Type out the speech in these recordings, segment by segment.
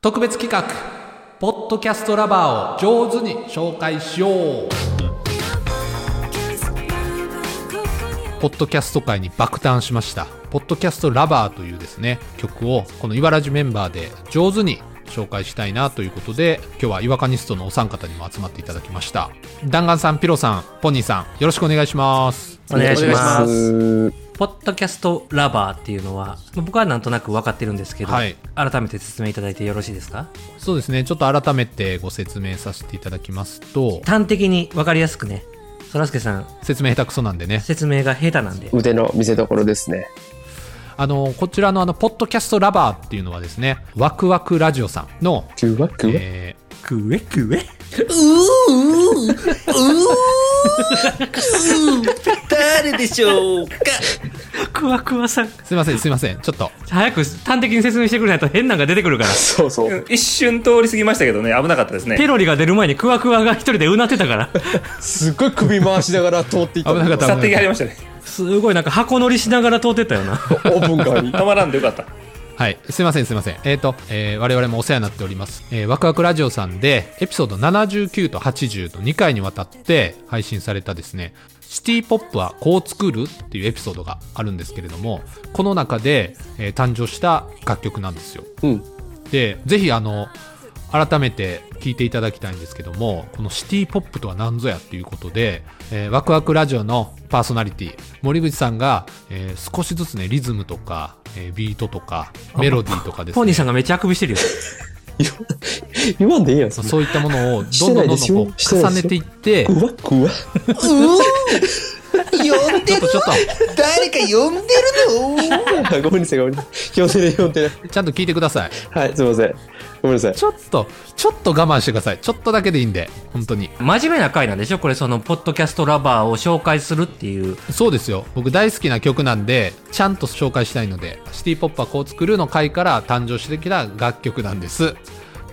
特別企画ポッドキャストラバーを上手に紹介しようポッドキャスト界に爆誕しましたポッドキャストラバーというですね曲をこのいわらじメンバーで上手に紹介したいなということで今日は違和感ニストのお三方にも集まっていただきました弾丸さんピロさんポニーさんよろしくお願いしますお願いします。ポッドキャストラバーっていうのは僕はなんとなく分かってるんですけど、はい改めて説明いただいてよろしいですかそうですねちょっと改めてご説明させていただきますと端的に分かりやすくねそらすけさん説明下手くそなんでね説明が下手なんで腕の見せ所ですね。あのこちらのあのポッドキャストラバーっていうのはですねワクワクラジオさんの、くわくわ。えーくえくえ誰でしょうかくわくわさんすいませんすいませんちょっと早く端的に説明してくれないと変なんが出てくるからそうそう。一瞬通り過ぎましたけどね危なかったですねペロリが出る前にくわくわが一人でうなってたからすっごい首回しながら通っていっ 危なかった去って危いなかきはっりました ねすごいなんか箱乗りしながら通ってったよなオープンカーに。止まらんでよかったたはいすいませんすいませんえっ、と、えー我々もお世話になっております、えーワクワクラジオさんでエピソード79と80と2回にわたって配信されたですねシティポップはこう作るっていうエピソードがあるんですけれどもこの中で、えー誕生した楽曲なんですようん。でぜひあの改めて聞いていただきたいんですけどもこのシティポップとは何ぞやっていうことで、えーワクワクラジオのパーソナリティ森口さんが、えー少しずつねリズムとか、えービートとかメロディーとかですポニーねさんがめっちゃあくびしてるよ言わんでいいやん。そうくそういったものをしどてんなどんいどでんどんしこょしてうな重ねいでしょていってちょわくわ。呼んでっとちょっと誰か呼んでるの ごめんなさい、ごめんなさい。呼んでない、呼んでちゃんと聞いてくださいない。はい、すいません。ごめんなさい。ちょっとちょっと我慢してくださいちょっとだけでいいんで本当に真面目な回なんでしょこれそのポッドキャストラバーを紹介するっていうそうですよ僕大好きな曲なんでちゃんと紹介したいので「シティ・ポップはこう作る」の回から誕生してきた楽曲なんです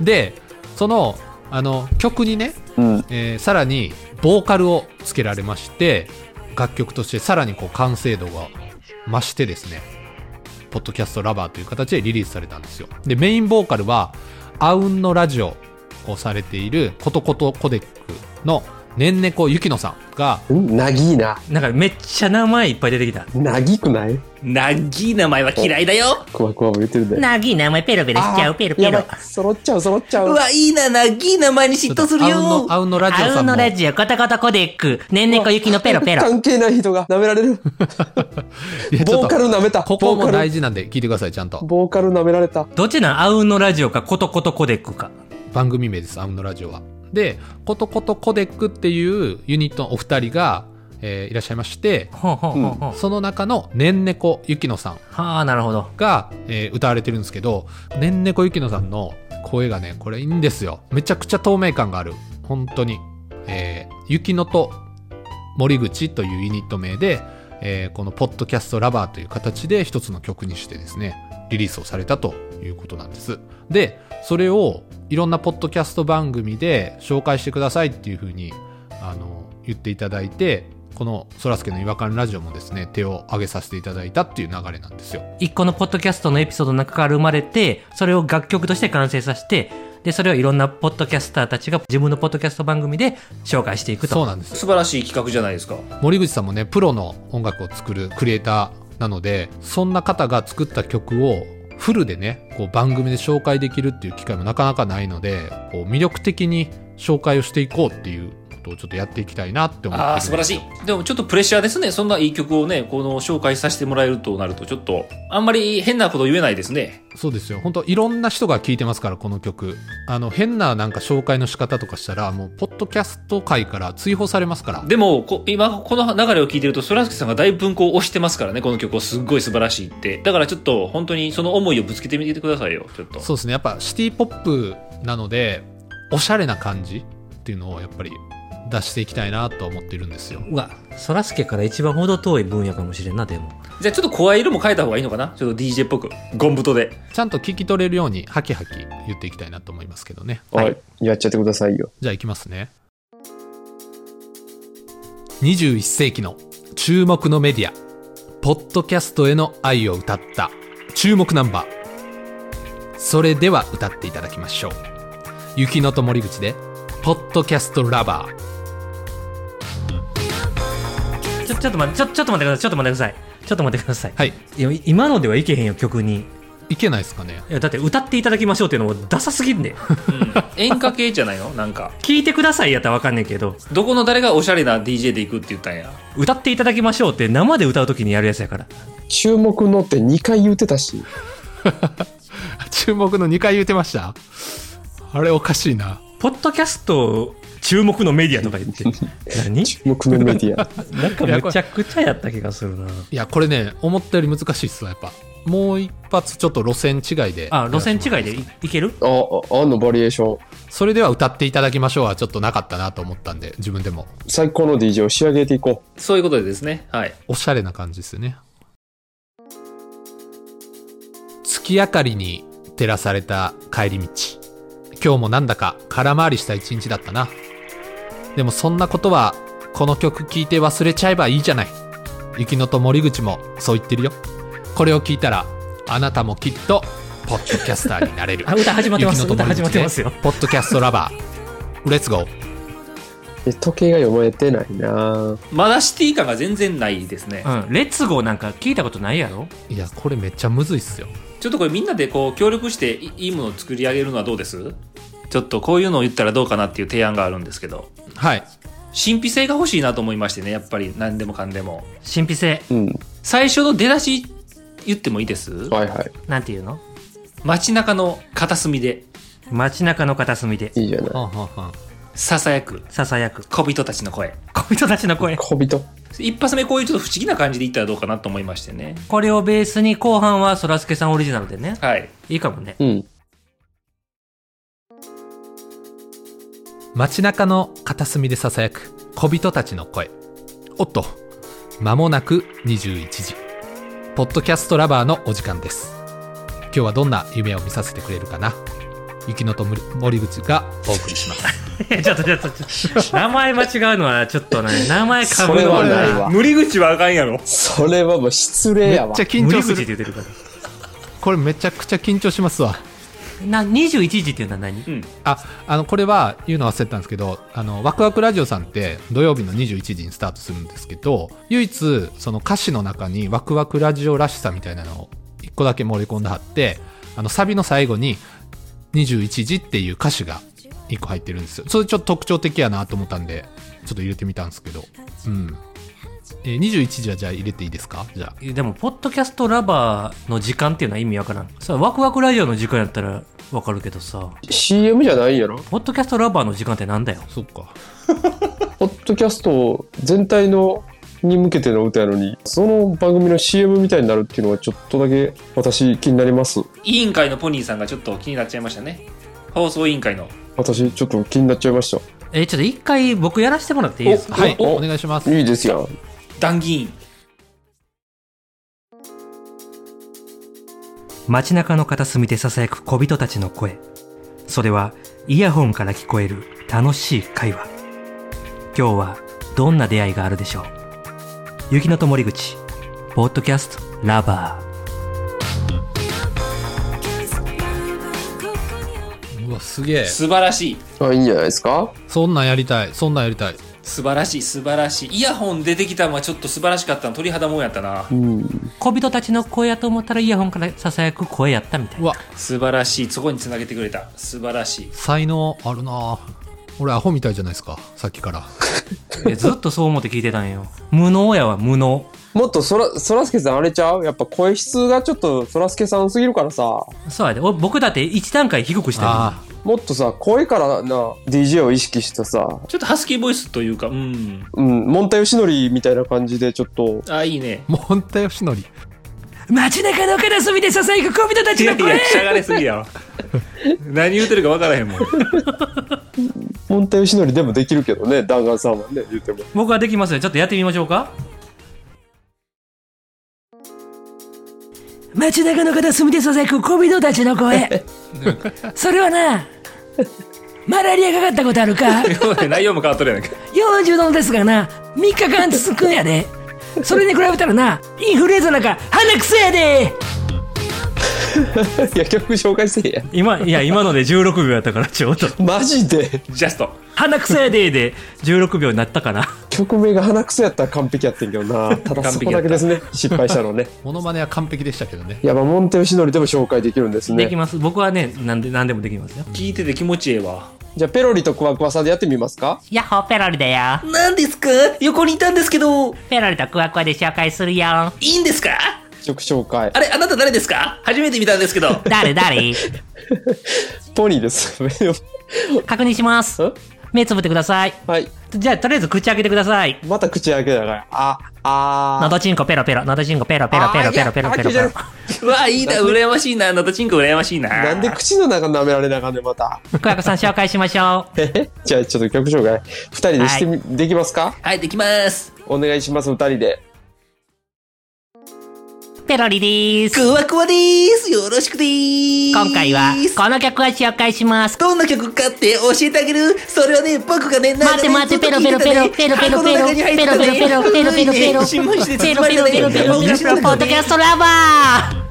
でそのあの曲にね、うん。えーさらにボーカルをつけられまして楽曲としてさらにこう完成度が増してですね「ポッドキャストラバー」という形でリリースされたんですよでメインボーカルはあうんのラジオをされていることことコデックのねんねこゆきのさんがうんなぎいな。なんかめっちゃ名前いっぱい出てきたなぎくないなぎ名前は嫌いだよくわくわも言ってるんだよ。なぎ名前ペロペロしちゃうペロやばい。揃っちゃう、揃っちゃうう。わ、いいな、なぎな前に嫉妬するあうんよの、。あうんのラジオあさうんもの。ラジオ、コタコタコデック、ねんねこゆきのペロペロ。関係ない人が舐められ る。いやちょっボとーカル舐めた。ここボーもカル大事なんで聞いてください、ちゃんと。ボーカル舐められた。どっちなんあうんのラジオか、コトコトコデックか。番組名です、アウンのラジオは。で、ことことコデックっていうユニットのお二人が、えーいらっしゃいまして、ほんほんほんほん。その中のねんねこゆきのさんはあ、なるほど。が、えー歌われてるんですけど、ねんねこゆきのさんの声がね、これいいんですよ。めちゃくちゃ透明感がある。本当に。えー、ゆきのと森口というユニット名で、えーこのポッドキャストラバーという形で一つの曲にしてですね、リリースをされたということなんです。で、それをいろんなポッドキャスト番組で紹介してくださいっていうふうに、あの、言っていただいて、このそらすけの違和感ラジオもですね、手を挙げさせていただいたっていう流れなんですよ。一個のポッドキャストのエピソードの中から生まれて、それを楽曲として完成させて、で、それをいろんなポッドキャスターたちが自分のポッドキャスト番組で紹介していくそうと。なんです。素晴らしい企画じゃないですか森口さんもねプロの音楽を作るクリエイターなのでそんな方が作った曲をフルでねこう番組で紹介できるっていう機会もなかなかないのでこう魅力的に紹介をしていこうっていうことをちょっとやっていきたいなって思ってああ素晴らいしいでもちょっとプレッシャーですねそんないい曲をねこの紹介させてもらえるとなるとちょっとあんまり変なこと言えないですねそうですよ本当いろんな人が聴いてますからこの曲あの変ななんか紹介の仕方とかしたらもうポッドキャスト界から追放されますからでもこ今この流れを聞いてるとそらすけさんが大文庫を推してますからねこの曲をすっごい素晴らしいってだからちょっと本当にその思いをぶつけてみてくださいよちょっとそうですねやっぱシティポップなのでおしゃれな感じっていうのをやっぱり出していきたいなと思ってるんですようわ、そらすけから一番ほど遠い分野かもしれんな、でも。じゃあちょっと声色も変えた方がいいのかなちょっと DJ っぽくゴン太 でちゃんと聞き取れるようにハキハキ言っていきたいなと思いますけどね。はい。やっちゃってくださいよ。じゃあ行きますね。21世紀の注目のメディア、ポッドキャストへの愛を歌った注目ナンバー。それでは歌っていただきましょう雪のと森口で「ポッドキャストラバー」ちょちょっと待ってちょちょっと待ってくださいちょっと待ってくださいちょっと待ってください、はいいや今のではいけへんよ曲にいけないですかねいやだって歌っていただきましょうっていうのもダサすぎん で演歌系じゃないのなんか。聞いてくださいやったらわかんねんけどどこの誰がおしゃれな DJ で行くって言ったんや。歌っていただきましょうって生で歌う時にやるやつやから注目のって2回言うてたし。注目の2回言うてましたあれおかしいなポッドキャスト注目のメディアとか言って何注目のメデ ィア。なんかむちゃくちゃやった気がするないやこれね思ったより難しいっすわやっぱもう一発ちょっと路線違いであ路線違いでいいけるあ、ああんのバリエーション。それでは歌っていただきましょうはちょっとなかったなと思ったんで自分でも最高の DJ を仕上げていこう。そういうことでですね。はい。おしゃれな感じですよね月明かりに照らされた帰り道今日もなんだか空回りした一日だったなでもそんなことはこの曲聴いて忘れちゃえばいいじゃない雪乃と森口もそう言ってるよこれを聴いたらあなたもきっとポッドキャスターになれるあ歌 始まってま雪す乃と歌森始口まってますでよポッドキャストラバーレッツゴーえ時計が読まれてないなまだシティ感が全然ないですね。 うん、レッツゴーなんか聞いたことないやろいやこれめっちゃむずいっすよちょっとこれみんなでこう協力していいいものを作り上げるのはどうですちょっとこういうのを言ったらどうかなっていう提案があるんですけど。はい神秘性が欲しいなと思いましてね、やっぱり何でもかんでも。神秘性うん。最初の出だし言ってもいいですはいはなんていうの街中の片隅で街中の片隅でい。いいじゃない。はんはんはん囁くささ やく小人たちの声。小人たちの声小人。一発目こういうちょっと不思議な感じでいったらどうかなと思いましてね。これをベースに後半はそらすけさんオリジナルでねはい。いいかもねうん。街中の片隅でささやく小人たちの声おっと間もなく21時ポッドキャストラバーのお時間です今日はどんな夢を見させてくれるかな雪乃と森森口がお送りしますい やちょっとちょっとちょっと名前間違うのはちょっとね名前かぶるのそれはないはわ無理口はあかんやろ。それはもう失礼めっやわちゃ。緊無張理す口ってる言ってるからこれめちゃくちゃ緊張しますわな21時っていうのは何うん。ああのこれは言うの忘れてたんですけどあのワクワクラジオさんって土曜日の21時にスタートするんですけど唯一その歌詞の中にワクワクラジオらしさみたいなのを一個だけ盛り込んではってあのサビの最後に21時っていう歌詞が一個入ってるんですよそれちょっと特徴的やなと思ったんでちょっと入れてみたんですけどうん、えー21時はじゃあ入れていいですかじゃあでも、ポッドキャストラバーの時間っていうのは意味わからん。さ、ワクワクラジオの時間やったらわかるけどさ、 CM じゃないんやろポッドキャストラバーの時間ってなんだよ。そっかポッドキャスト全体のに向けての歌やのに、その番組の CM みたいになるっていうのはちょっとだけ私気になります。委員会のポニーさんがちょっと気になっちゃいましたね。放送委員会の。私ちょっと気になっちゃいましえ、ちょっと一回僕やらせてもらっていいですかはいおお願いしまた。すいいですやん。談議員。街中の片隅で囁く小人たちの声。それは、イヤホンから聞こえる楽しい会話。今日は、どんな出会いがあるでしょう。雪のともり口、ポッドキャストラバー。うわすげえ素晴らしい。あ、いいんじゃないですかそんなんやりたいそんなんやりたい素晴らしい、素晴らしい。イヤホン出てきたのはちょっと素晴らしかったの。鳥肌もんやったな。うん。小人たちの声やと思ったらイヤホンから囁く声やったみたいうな。わ素晴らしい。そこにつなげてくれた。素晴らしい。才能あるなぁ俺アホみたいじゃないですかさっきからいやずっとそう思って聞いてたんよ。無能やわ、無能。もっとそら、そらすけさんあれちゃうやっぱ声質がちょっとそらすけさんすぎるからさ、そうやで。お僕だって一段階低くしてる。あもっとさ、声からな、DJ を意識したさ、ちょっとハスキーボイスというか、うん。うん、モンタヨシノリみたいな感じでちょっと、あ、いいね。 あもう本当よしのり街中の片隅でささやく小人たいちやのいや、声しゃがれすぎやわ。 何言うてるか分からへんも ん。モンタヨシノリでもできるけどね、弾丸さんはね、言っても。僕はできますよ。ちょっとやってみましょうか。街中の片隅でささやく小人たちの 声。それはな、マラリアかかったことある か内容も変わっとるやんか。 40度ですがな3日間続くんやでそれに比べたらなインフルエンザなんか鼻くそやで薬局紹介せえや。今、いや、今ので16秒やったから、ちょうど。マジでジャスト。鼻くそやでーで16秒になったかな。曲名が鼻くそやったら完璧やってんけどな。ただそこだけですね。失敗した のね。モノマネは完璧でしたけどね。やっぱモンテヨシノリでも紹介できるんですできね。ます。僕はね、なんで、なんでもできますよ。聞いてて気持ちええわ。じゃあペロリとクワクワさんでやってみますかヤッホーペロリだよ。何ですか横にいたんですけど、ペロリとクワクワで紹介するよ。いいんですか曲 紹介。あれ、あなた誰ですか初めて見たんですけど。誰 誰ポニーです。 確認します。目つぶってください。はい。じゃあ、とりあえず口開けてください。また口開けだから。あ、あー。のどちんこペロペロ、のどちんこペロペロペロペロペロペロペロ。わあ、いいな、羨ましいな。ナタチンコ羨ましいな。なんで口の中舐められなあかんねんまた。 クワクワさん紹介しましょう。えじゃあちょっと曲紹介。二人でしてみ、できますかはい、できます。お願いします、二人で。 ペロリでーす。クワクワでーす。よろしくでーす。今回は、この曲を紹介します。どんな曲かって教えてあげるそれはね、僕がね、待って待って、ペロペロペロ、ペロペロペロ、ペロペロペロ、ペロペ ロペロ、ペロペロペロペロ、ポッドキャストラバー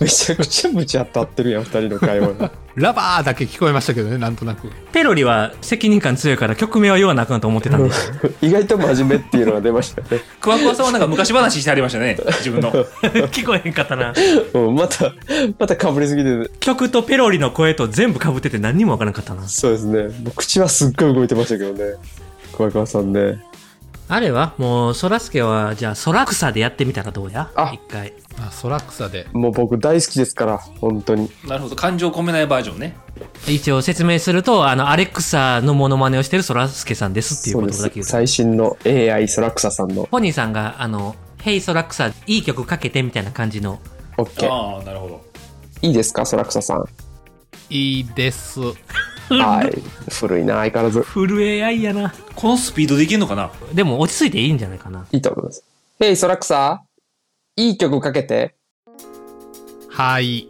めちゃくちゃ無茶当たってるやん、二人の会話 が。ラバーだけ聞こえましたけどね、なんとなく。ペロリは責任感強いから曲名は言わなあかんと思っ てたんです。意外と真面目っていうのが出ましたね。 クワクワさんはなんか昔話してありましたね。自分の。聞こえへんかったな。うん、また、またかぶりすぎて、曲とペロリの声と全部被ってて何にもわからんかったな。そうですね。もう口はすっごい動いてましたけどね。小川さんね。あれはもう、そらすけは、じゃあ、そらくさでやってみたらどうやあ一回。あ、ソラクサで。もう僕大好きですから、本当に。なるほど。感情込めないバージョンね。一応説明すると、あの、アレクサのモノマネをしてるそらすけさんですっていうそこうでとだけ言す。うと。最新の AI ソラクサさんのポニーさんが、あの、ヘイソラクサ、いい曲かけてみたいな感じの、 OK。ああ、なるほど。いいですか、ソラクサさん。いいです。はい。古いな、相変わらず。震え合いやな。このスピードでいけるのかなでも落ち着いていいんじゃないかな。いいと思います。ヘイ、ソラクサいい曲かけて。はい。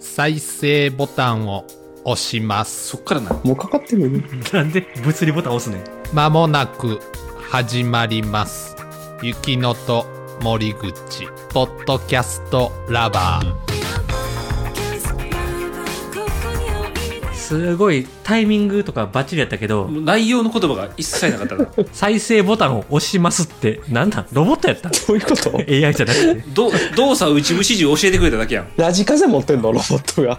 再生ボタンを押します。そっからな。もうかかってるよね。なんで物理ボタン押すねん。まもなく始まります。雪のと森口、ポッドキャストラバー。すごいタイミングとかバッチリやったけど、内容の言葉が一切なかったな。再生ボタンを押しますって、なんだロボットやった どういうこと ?AI じゃなくて。 ど動作を一部指示を教えてくれただけやん。ラジカセ持ってんのロボットが。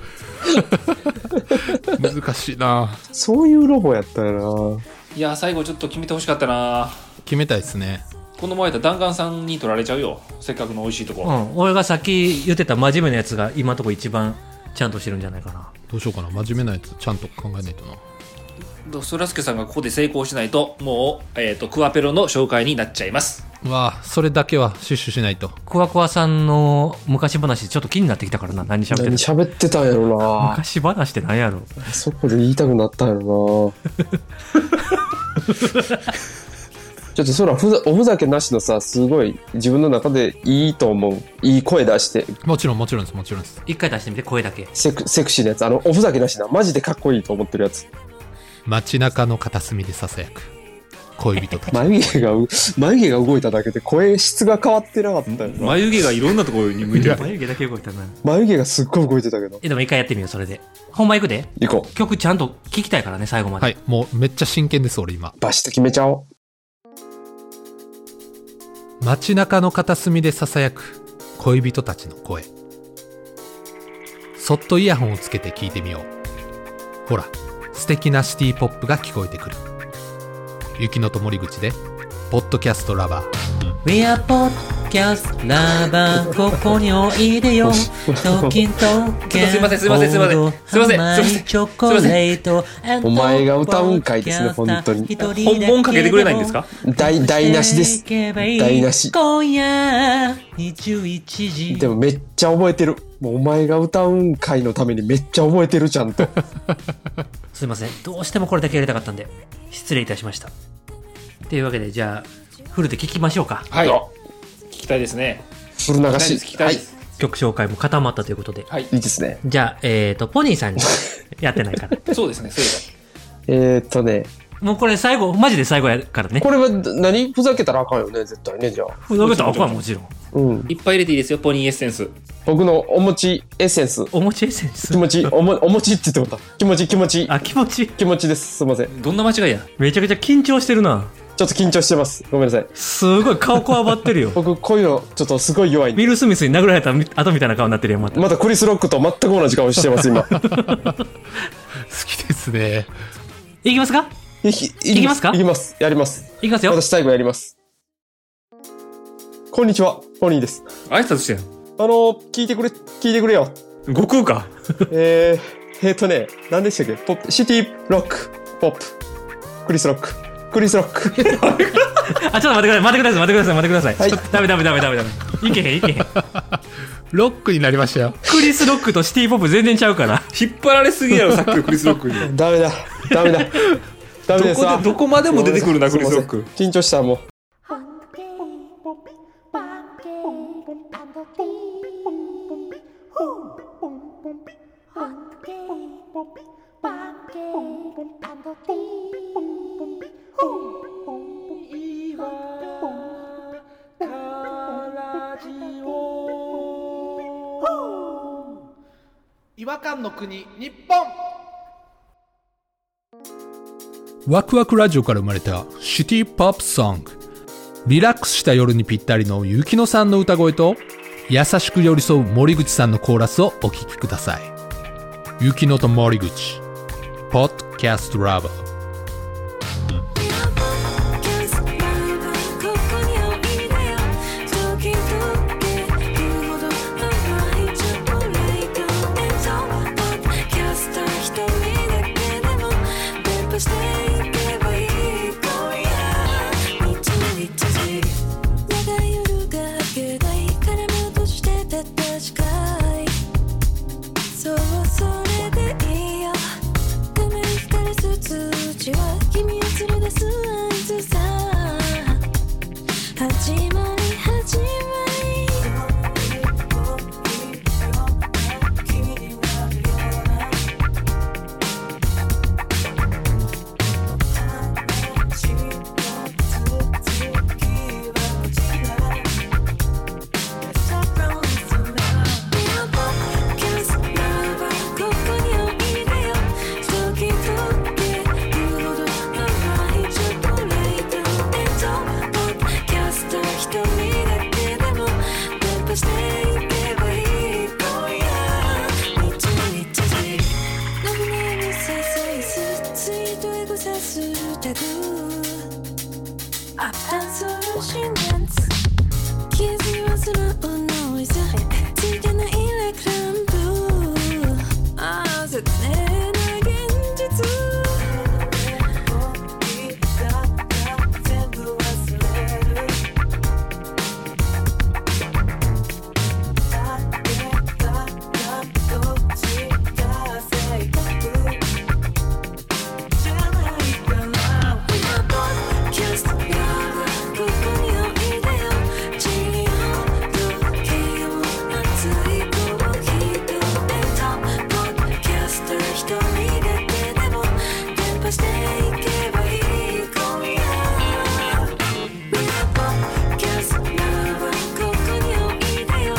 難しいなそういうロボやったよいやー、最後ちょっと決めてほしかったな。決めたいですね。この前だったら弾丸さんに取られちゃうよ。せっかくの美味しいとこ。うん。俺がさっき言ってた真面目なやつが今のとこ一番ちゃんとしてるんじゃないかな。どうしようかな。真面目なやつちゃんと考えないとな。どそらすけさんがここで成功しないと、もう、えっ、と、クワペロの紹介になっちゃいます。うわあ、それだけはシュッシュしないと。クワクワさんの昔話ちょっと気になってきたからな。何な。喋って何る喋ってたんやろな。昔話って何やろそこで言いたくなったんやろな。ちょっとそらふざおふざけなしのさすごい自分の中でいいと思ういい声出してもちろんもちろんです、もちろんです。一回出してみて声だけ。セクセクシーなやつあのおふざけなしなマジでかっこいいと思ってるやつ街中の片隅でささやく恋人 たち眉毛がう眉毛が動いただけで声質が変わってなかったよな眉毛がいろんなところに向いてる。眉毛だけ動いたな。眉毛がすっごい動いてたけどえ、でも一回やってみよう、それで。本番行くで。行こ曲ちゃんと聞きたいからね、最後まで。はいもうめっちゃ真剣です俺今うバシッと決めちゃお街中の片隅でささやく恋人たちの声そっとイヤホンをつけて聞いてみようほら素敵なシティポップが聞こえてくる雪のともり口でポッドキャストラバー We are podcast ラバーここにおいでよドキンとけすいませんすいませんすいませんすいませんすいませんチョコレートお前が歌うんかいですね本当に本本かけてくれないんですかう台台無しです台無し今夜21時でもめっちゃ覚えてるもうお前が歌うん会のためにめっちゃ覚えてるちゃんとすいませんどうしてもこれだけやりたかったんで失礼いたしましたというわけでじゃあフルで聞きましょうかはい。聞きたいですね。古流し聞きたいです。曲紹介も固まったということではい。いいですね じゃあえっ、とポニーさんにやってないからそうですね、そうです。えー、っとねもうこれ最後、マジで最後やからね。これは何ふざけたらあかんよね、絶対ね、じゃあ。ふざけたらあかんもちろん。うん。いっぱい入れていいですよ、ポニーエッセンス。僕のお餅エッセンス。お餅エッセン気ス。持ち、おも、 お餅って言ってもった。気持ち、気持ち。あ、気持ちいい。気持ちです。すいません。ちどんな間違いや。めちゃくちゃ緊張してるな。ょっと緊張してます。ごめんなさい。すごい顔こわばってるよ。僕、こういうの、ちょっとすごい弱いんウィで。ル・スミスに殴られた後みたいな顔になってるよ、また。またクリス・ロックと全く同じ顔してます、今。きですね。いきますかいき、いきますかいきます。やります。いきますよ。私、最後やります。こんにちは、ポニーです。挨拶してん。あの、聞いてくれ、聞いてくれ よ。悟空か。えー、えーとね、何でしたっけポップ、シティロック、ポップ、クリス・ロック、クリス・ロック。あ、ちょっと待ってください。待ってください。待ってください。待ってください。はいちょっとダメダメダメダメダメ。いけへん、いけへん。ロックになりましたよ。クリス・ロックとシティ・ポップ全然ちゃうから。引っ張られすぎやろ、さっ きのクリス・ロックに。ダメだ、ダメだ。ダメどですこわで、どこまでも出てくるな、すクいリまス・せロんック。緊張した、もう。違和感の国日本ワクワクラジオから生まれたシティポップソングリラックスした夜にぴったりの雪乃さんの歌声と優しく寄り添う森口さんのコーラスをお聴きください雪乃と森口ポッドキャストラバー「ここにおいでよ」「ドキドキ言うほど甘いチョコレート」「演奏ポッキャスター瞳だけでも伝播していけばいい」「今夜日日時」「長い夜が明けない」「絡み落としてた確かい」そうそれでいいよために光す通知は君を連れ出す合図さ始まり始まり君になるような私の続きはこちら After solution dance 気づはするノイズついてないレクランプああ切ねな現実全部忘れるだけだがどっちが正確じゃないかな「キャストラブここにおいでよ」「地方時計を熱いコーヒーとベッド」「ポッドキャスト一人だけでも伝播していけばいい今夜」「ミラボキャストラブここにおいでよ」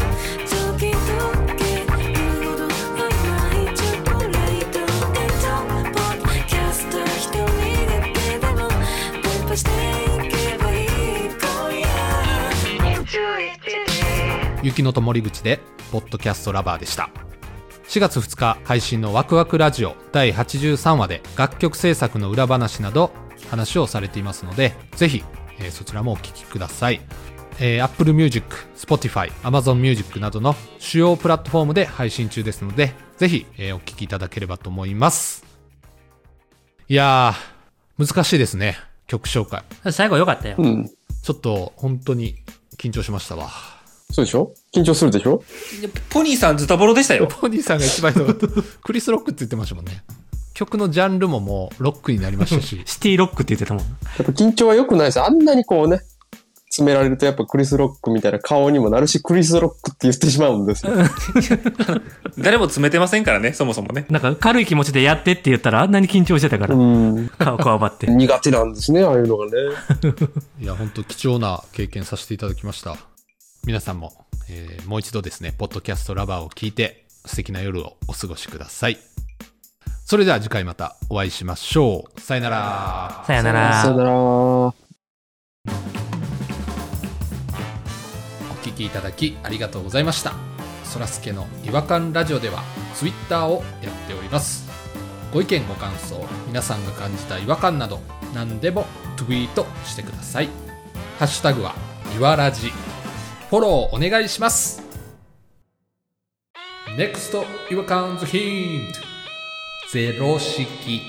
「時々言うほど甘いチョコレート」「デッドポッドキャスト一人だけでも伝播していけばいい今夜」「雪のと森口で、ポッドキャストラバーでした。4月2日配信のワクワクラジオ第83話で楽曲制作の裏話など話をされていますので、ぜひ、えーそちらもお聴きください。えー Apple Music、Spotify、Amazon Music などの主要プラットフォームで配信中ですので、ぜひ、えーお聴きいただければと思います。いやー、難しいですね。曲紹介。最後よかったよ。うん。ちょっと本当に緊張しましたわ。そうでしょ緊張するでしょポニーさん、ズタボロでした よ。ポニーさんが一番ひどかった。クリス・ロックって言ってましたもんね。曲のジャンルももうロックになりましたし 。シティ・ロックって言ってたもん。やっぱ緊張は良くないです。あんなにこうね、詰められるとやっぱクリス・ロックみたいな顔にもなるし、クリス・ロックって言ってしまうん ですよ。誰も詰めてませんからね、そもそもね。なんか軽い気持ちでやってって言ったらあんなに緊張してたから、うん。顔こわばって。苦手なんですね、ああいうのがね。いや、本当貴重な経験させていただきました。皆さんも、えーもう一度ですね、ポッドキャストラバーを聞いて、素敵な夜をお過ごしください。それでは次回またお会いしましょう。さよなら。さよなら。さよなら。お聞きいただきありがとうございましたそらすけの違和感ラジオではツイッターをやっておりますご意見ご感想皆さんが感じた違和感など何でもツイートしてくださいハッシュタグはいわらじフォローお願いします NEXT 違和感ズヒントゼロ式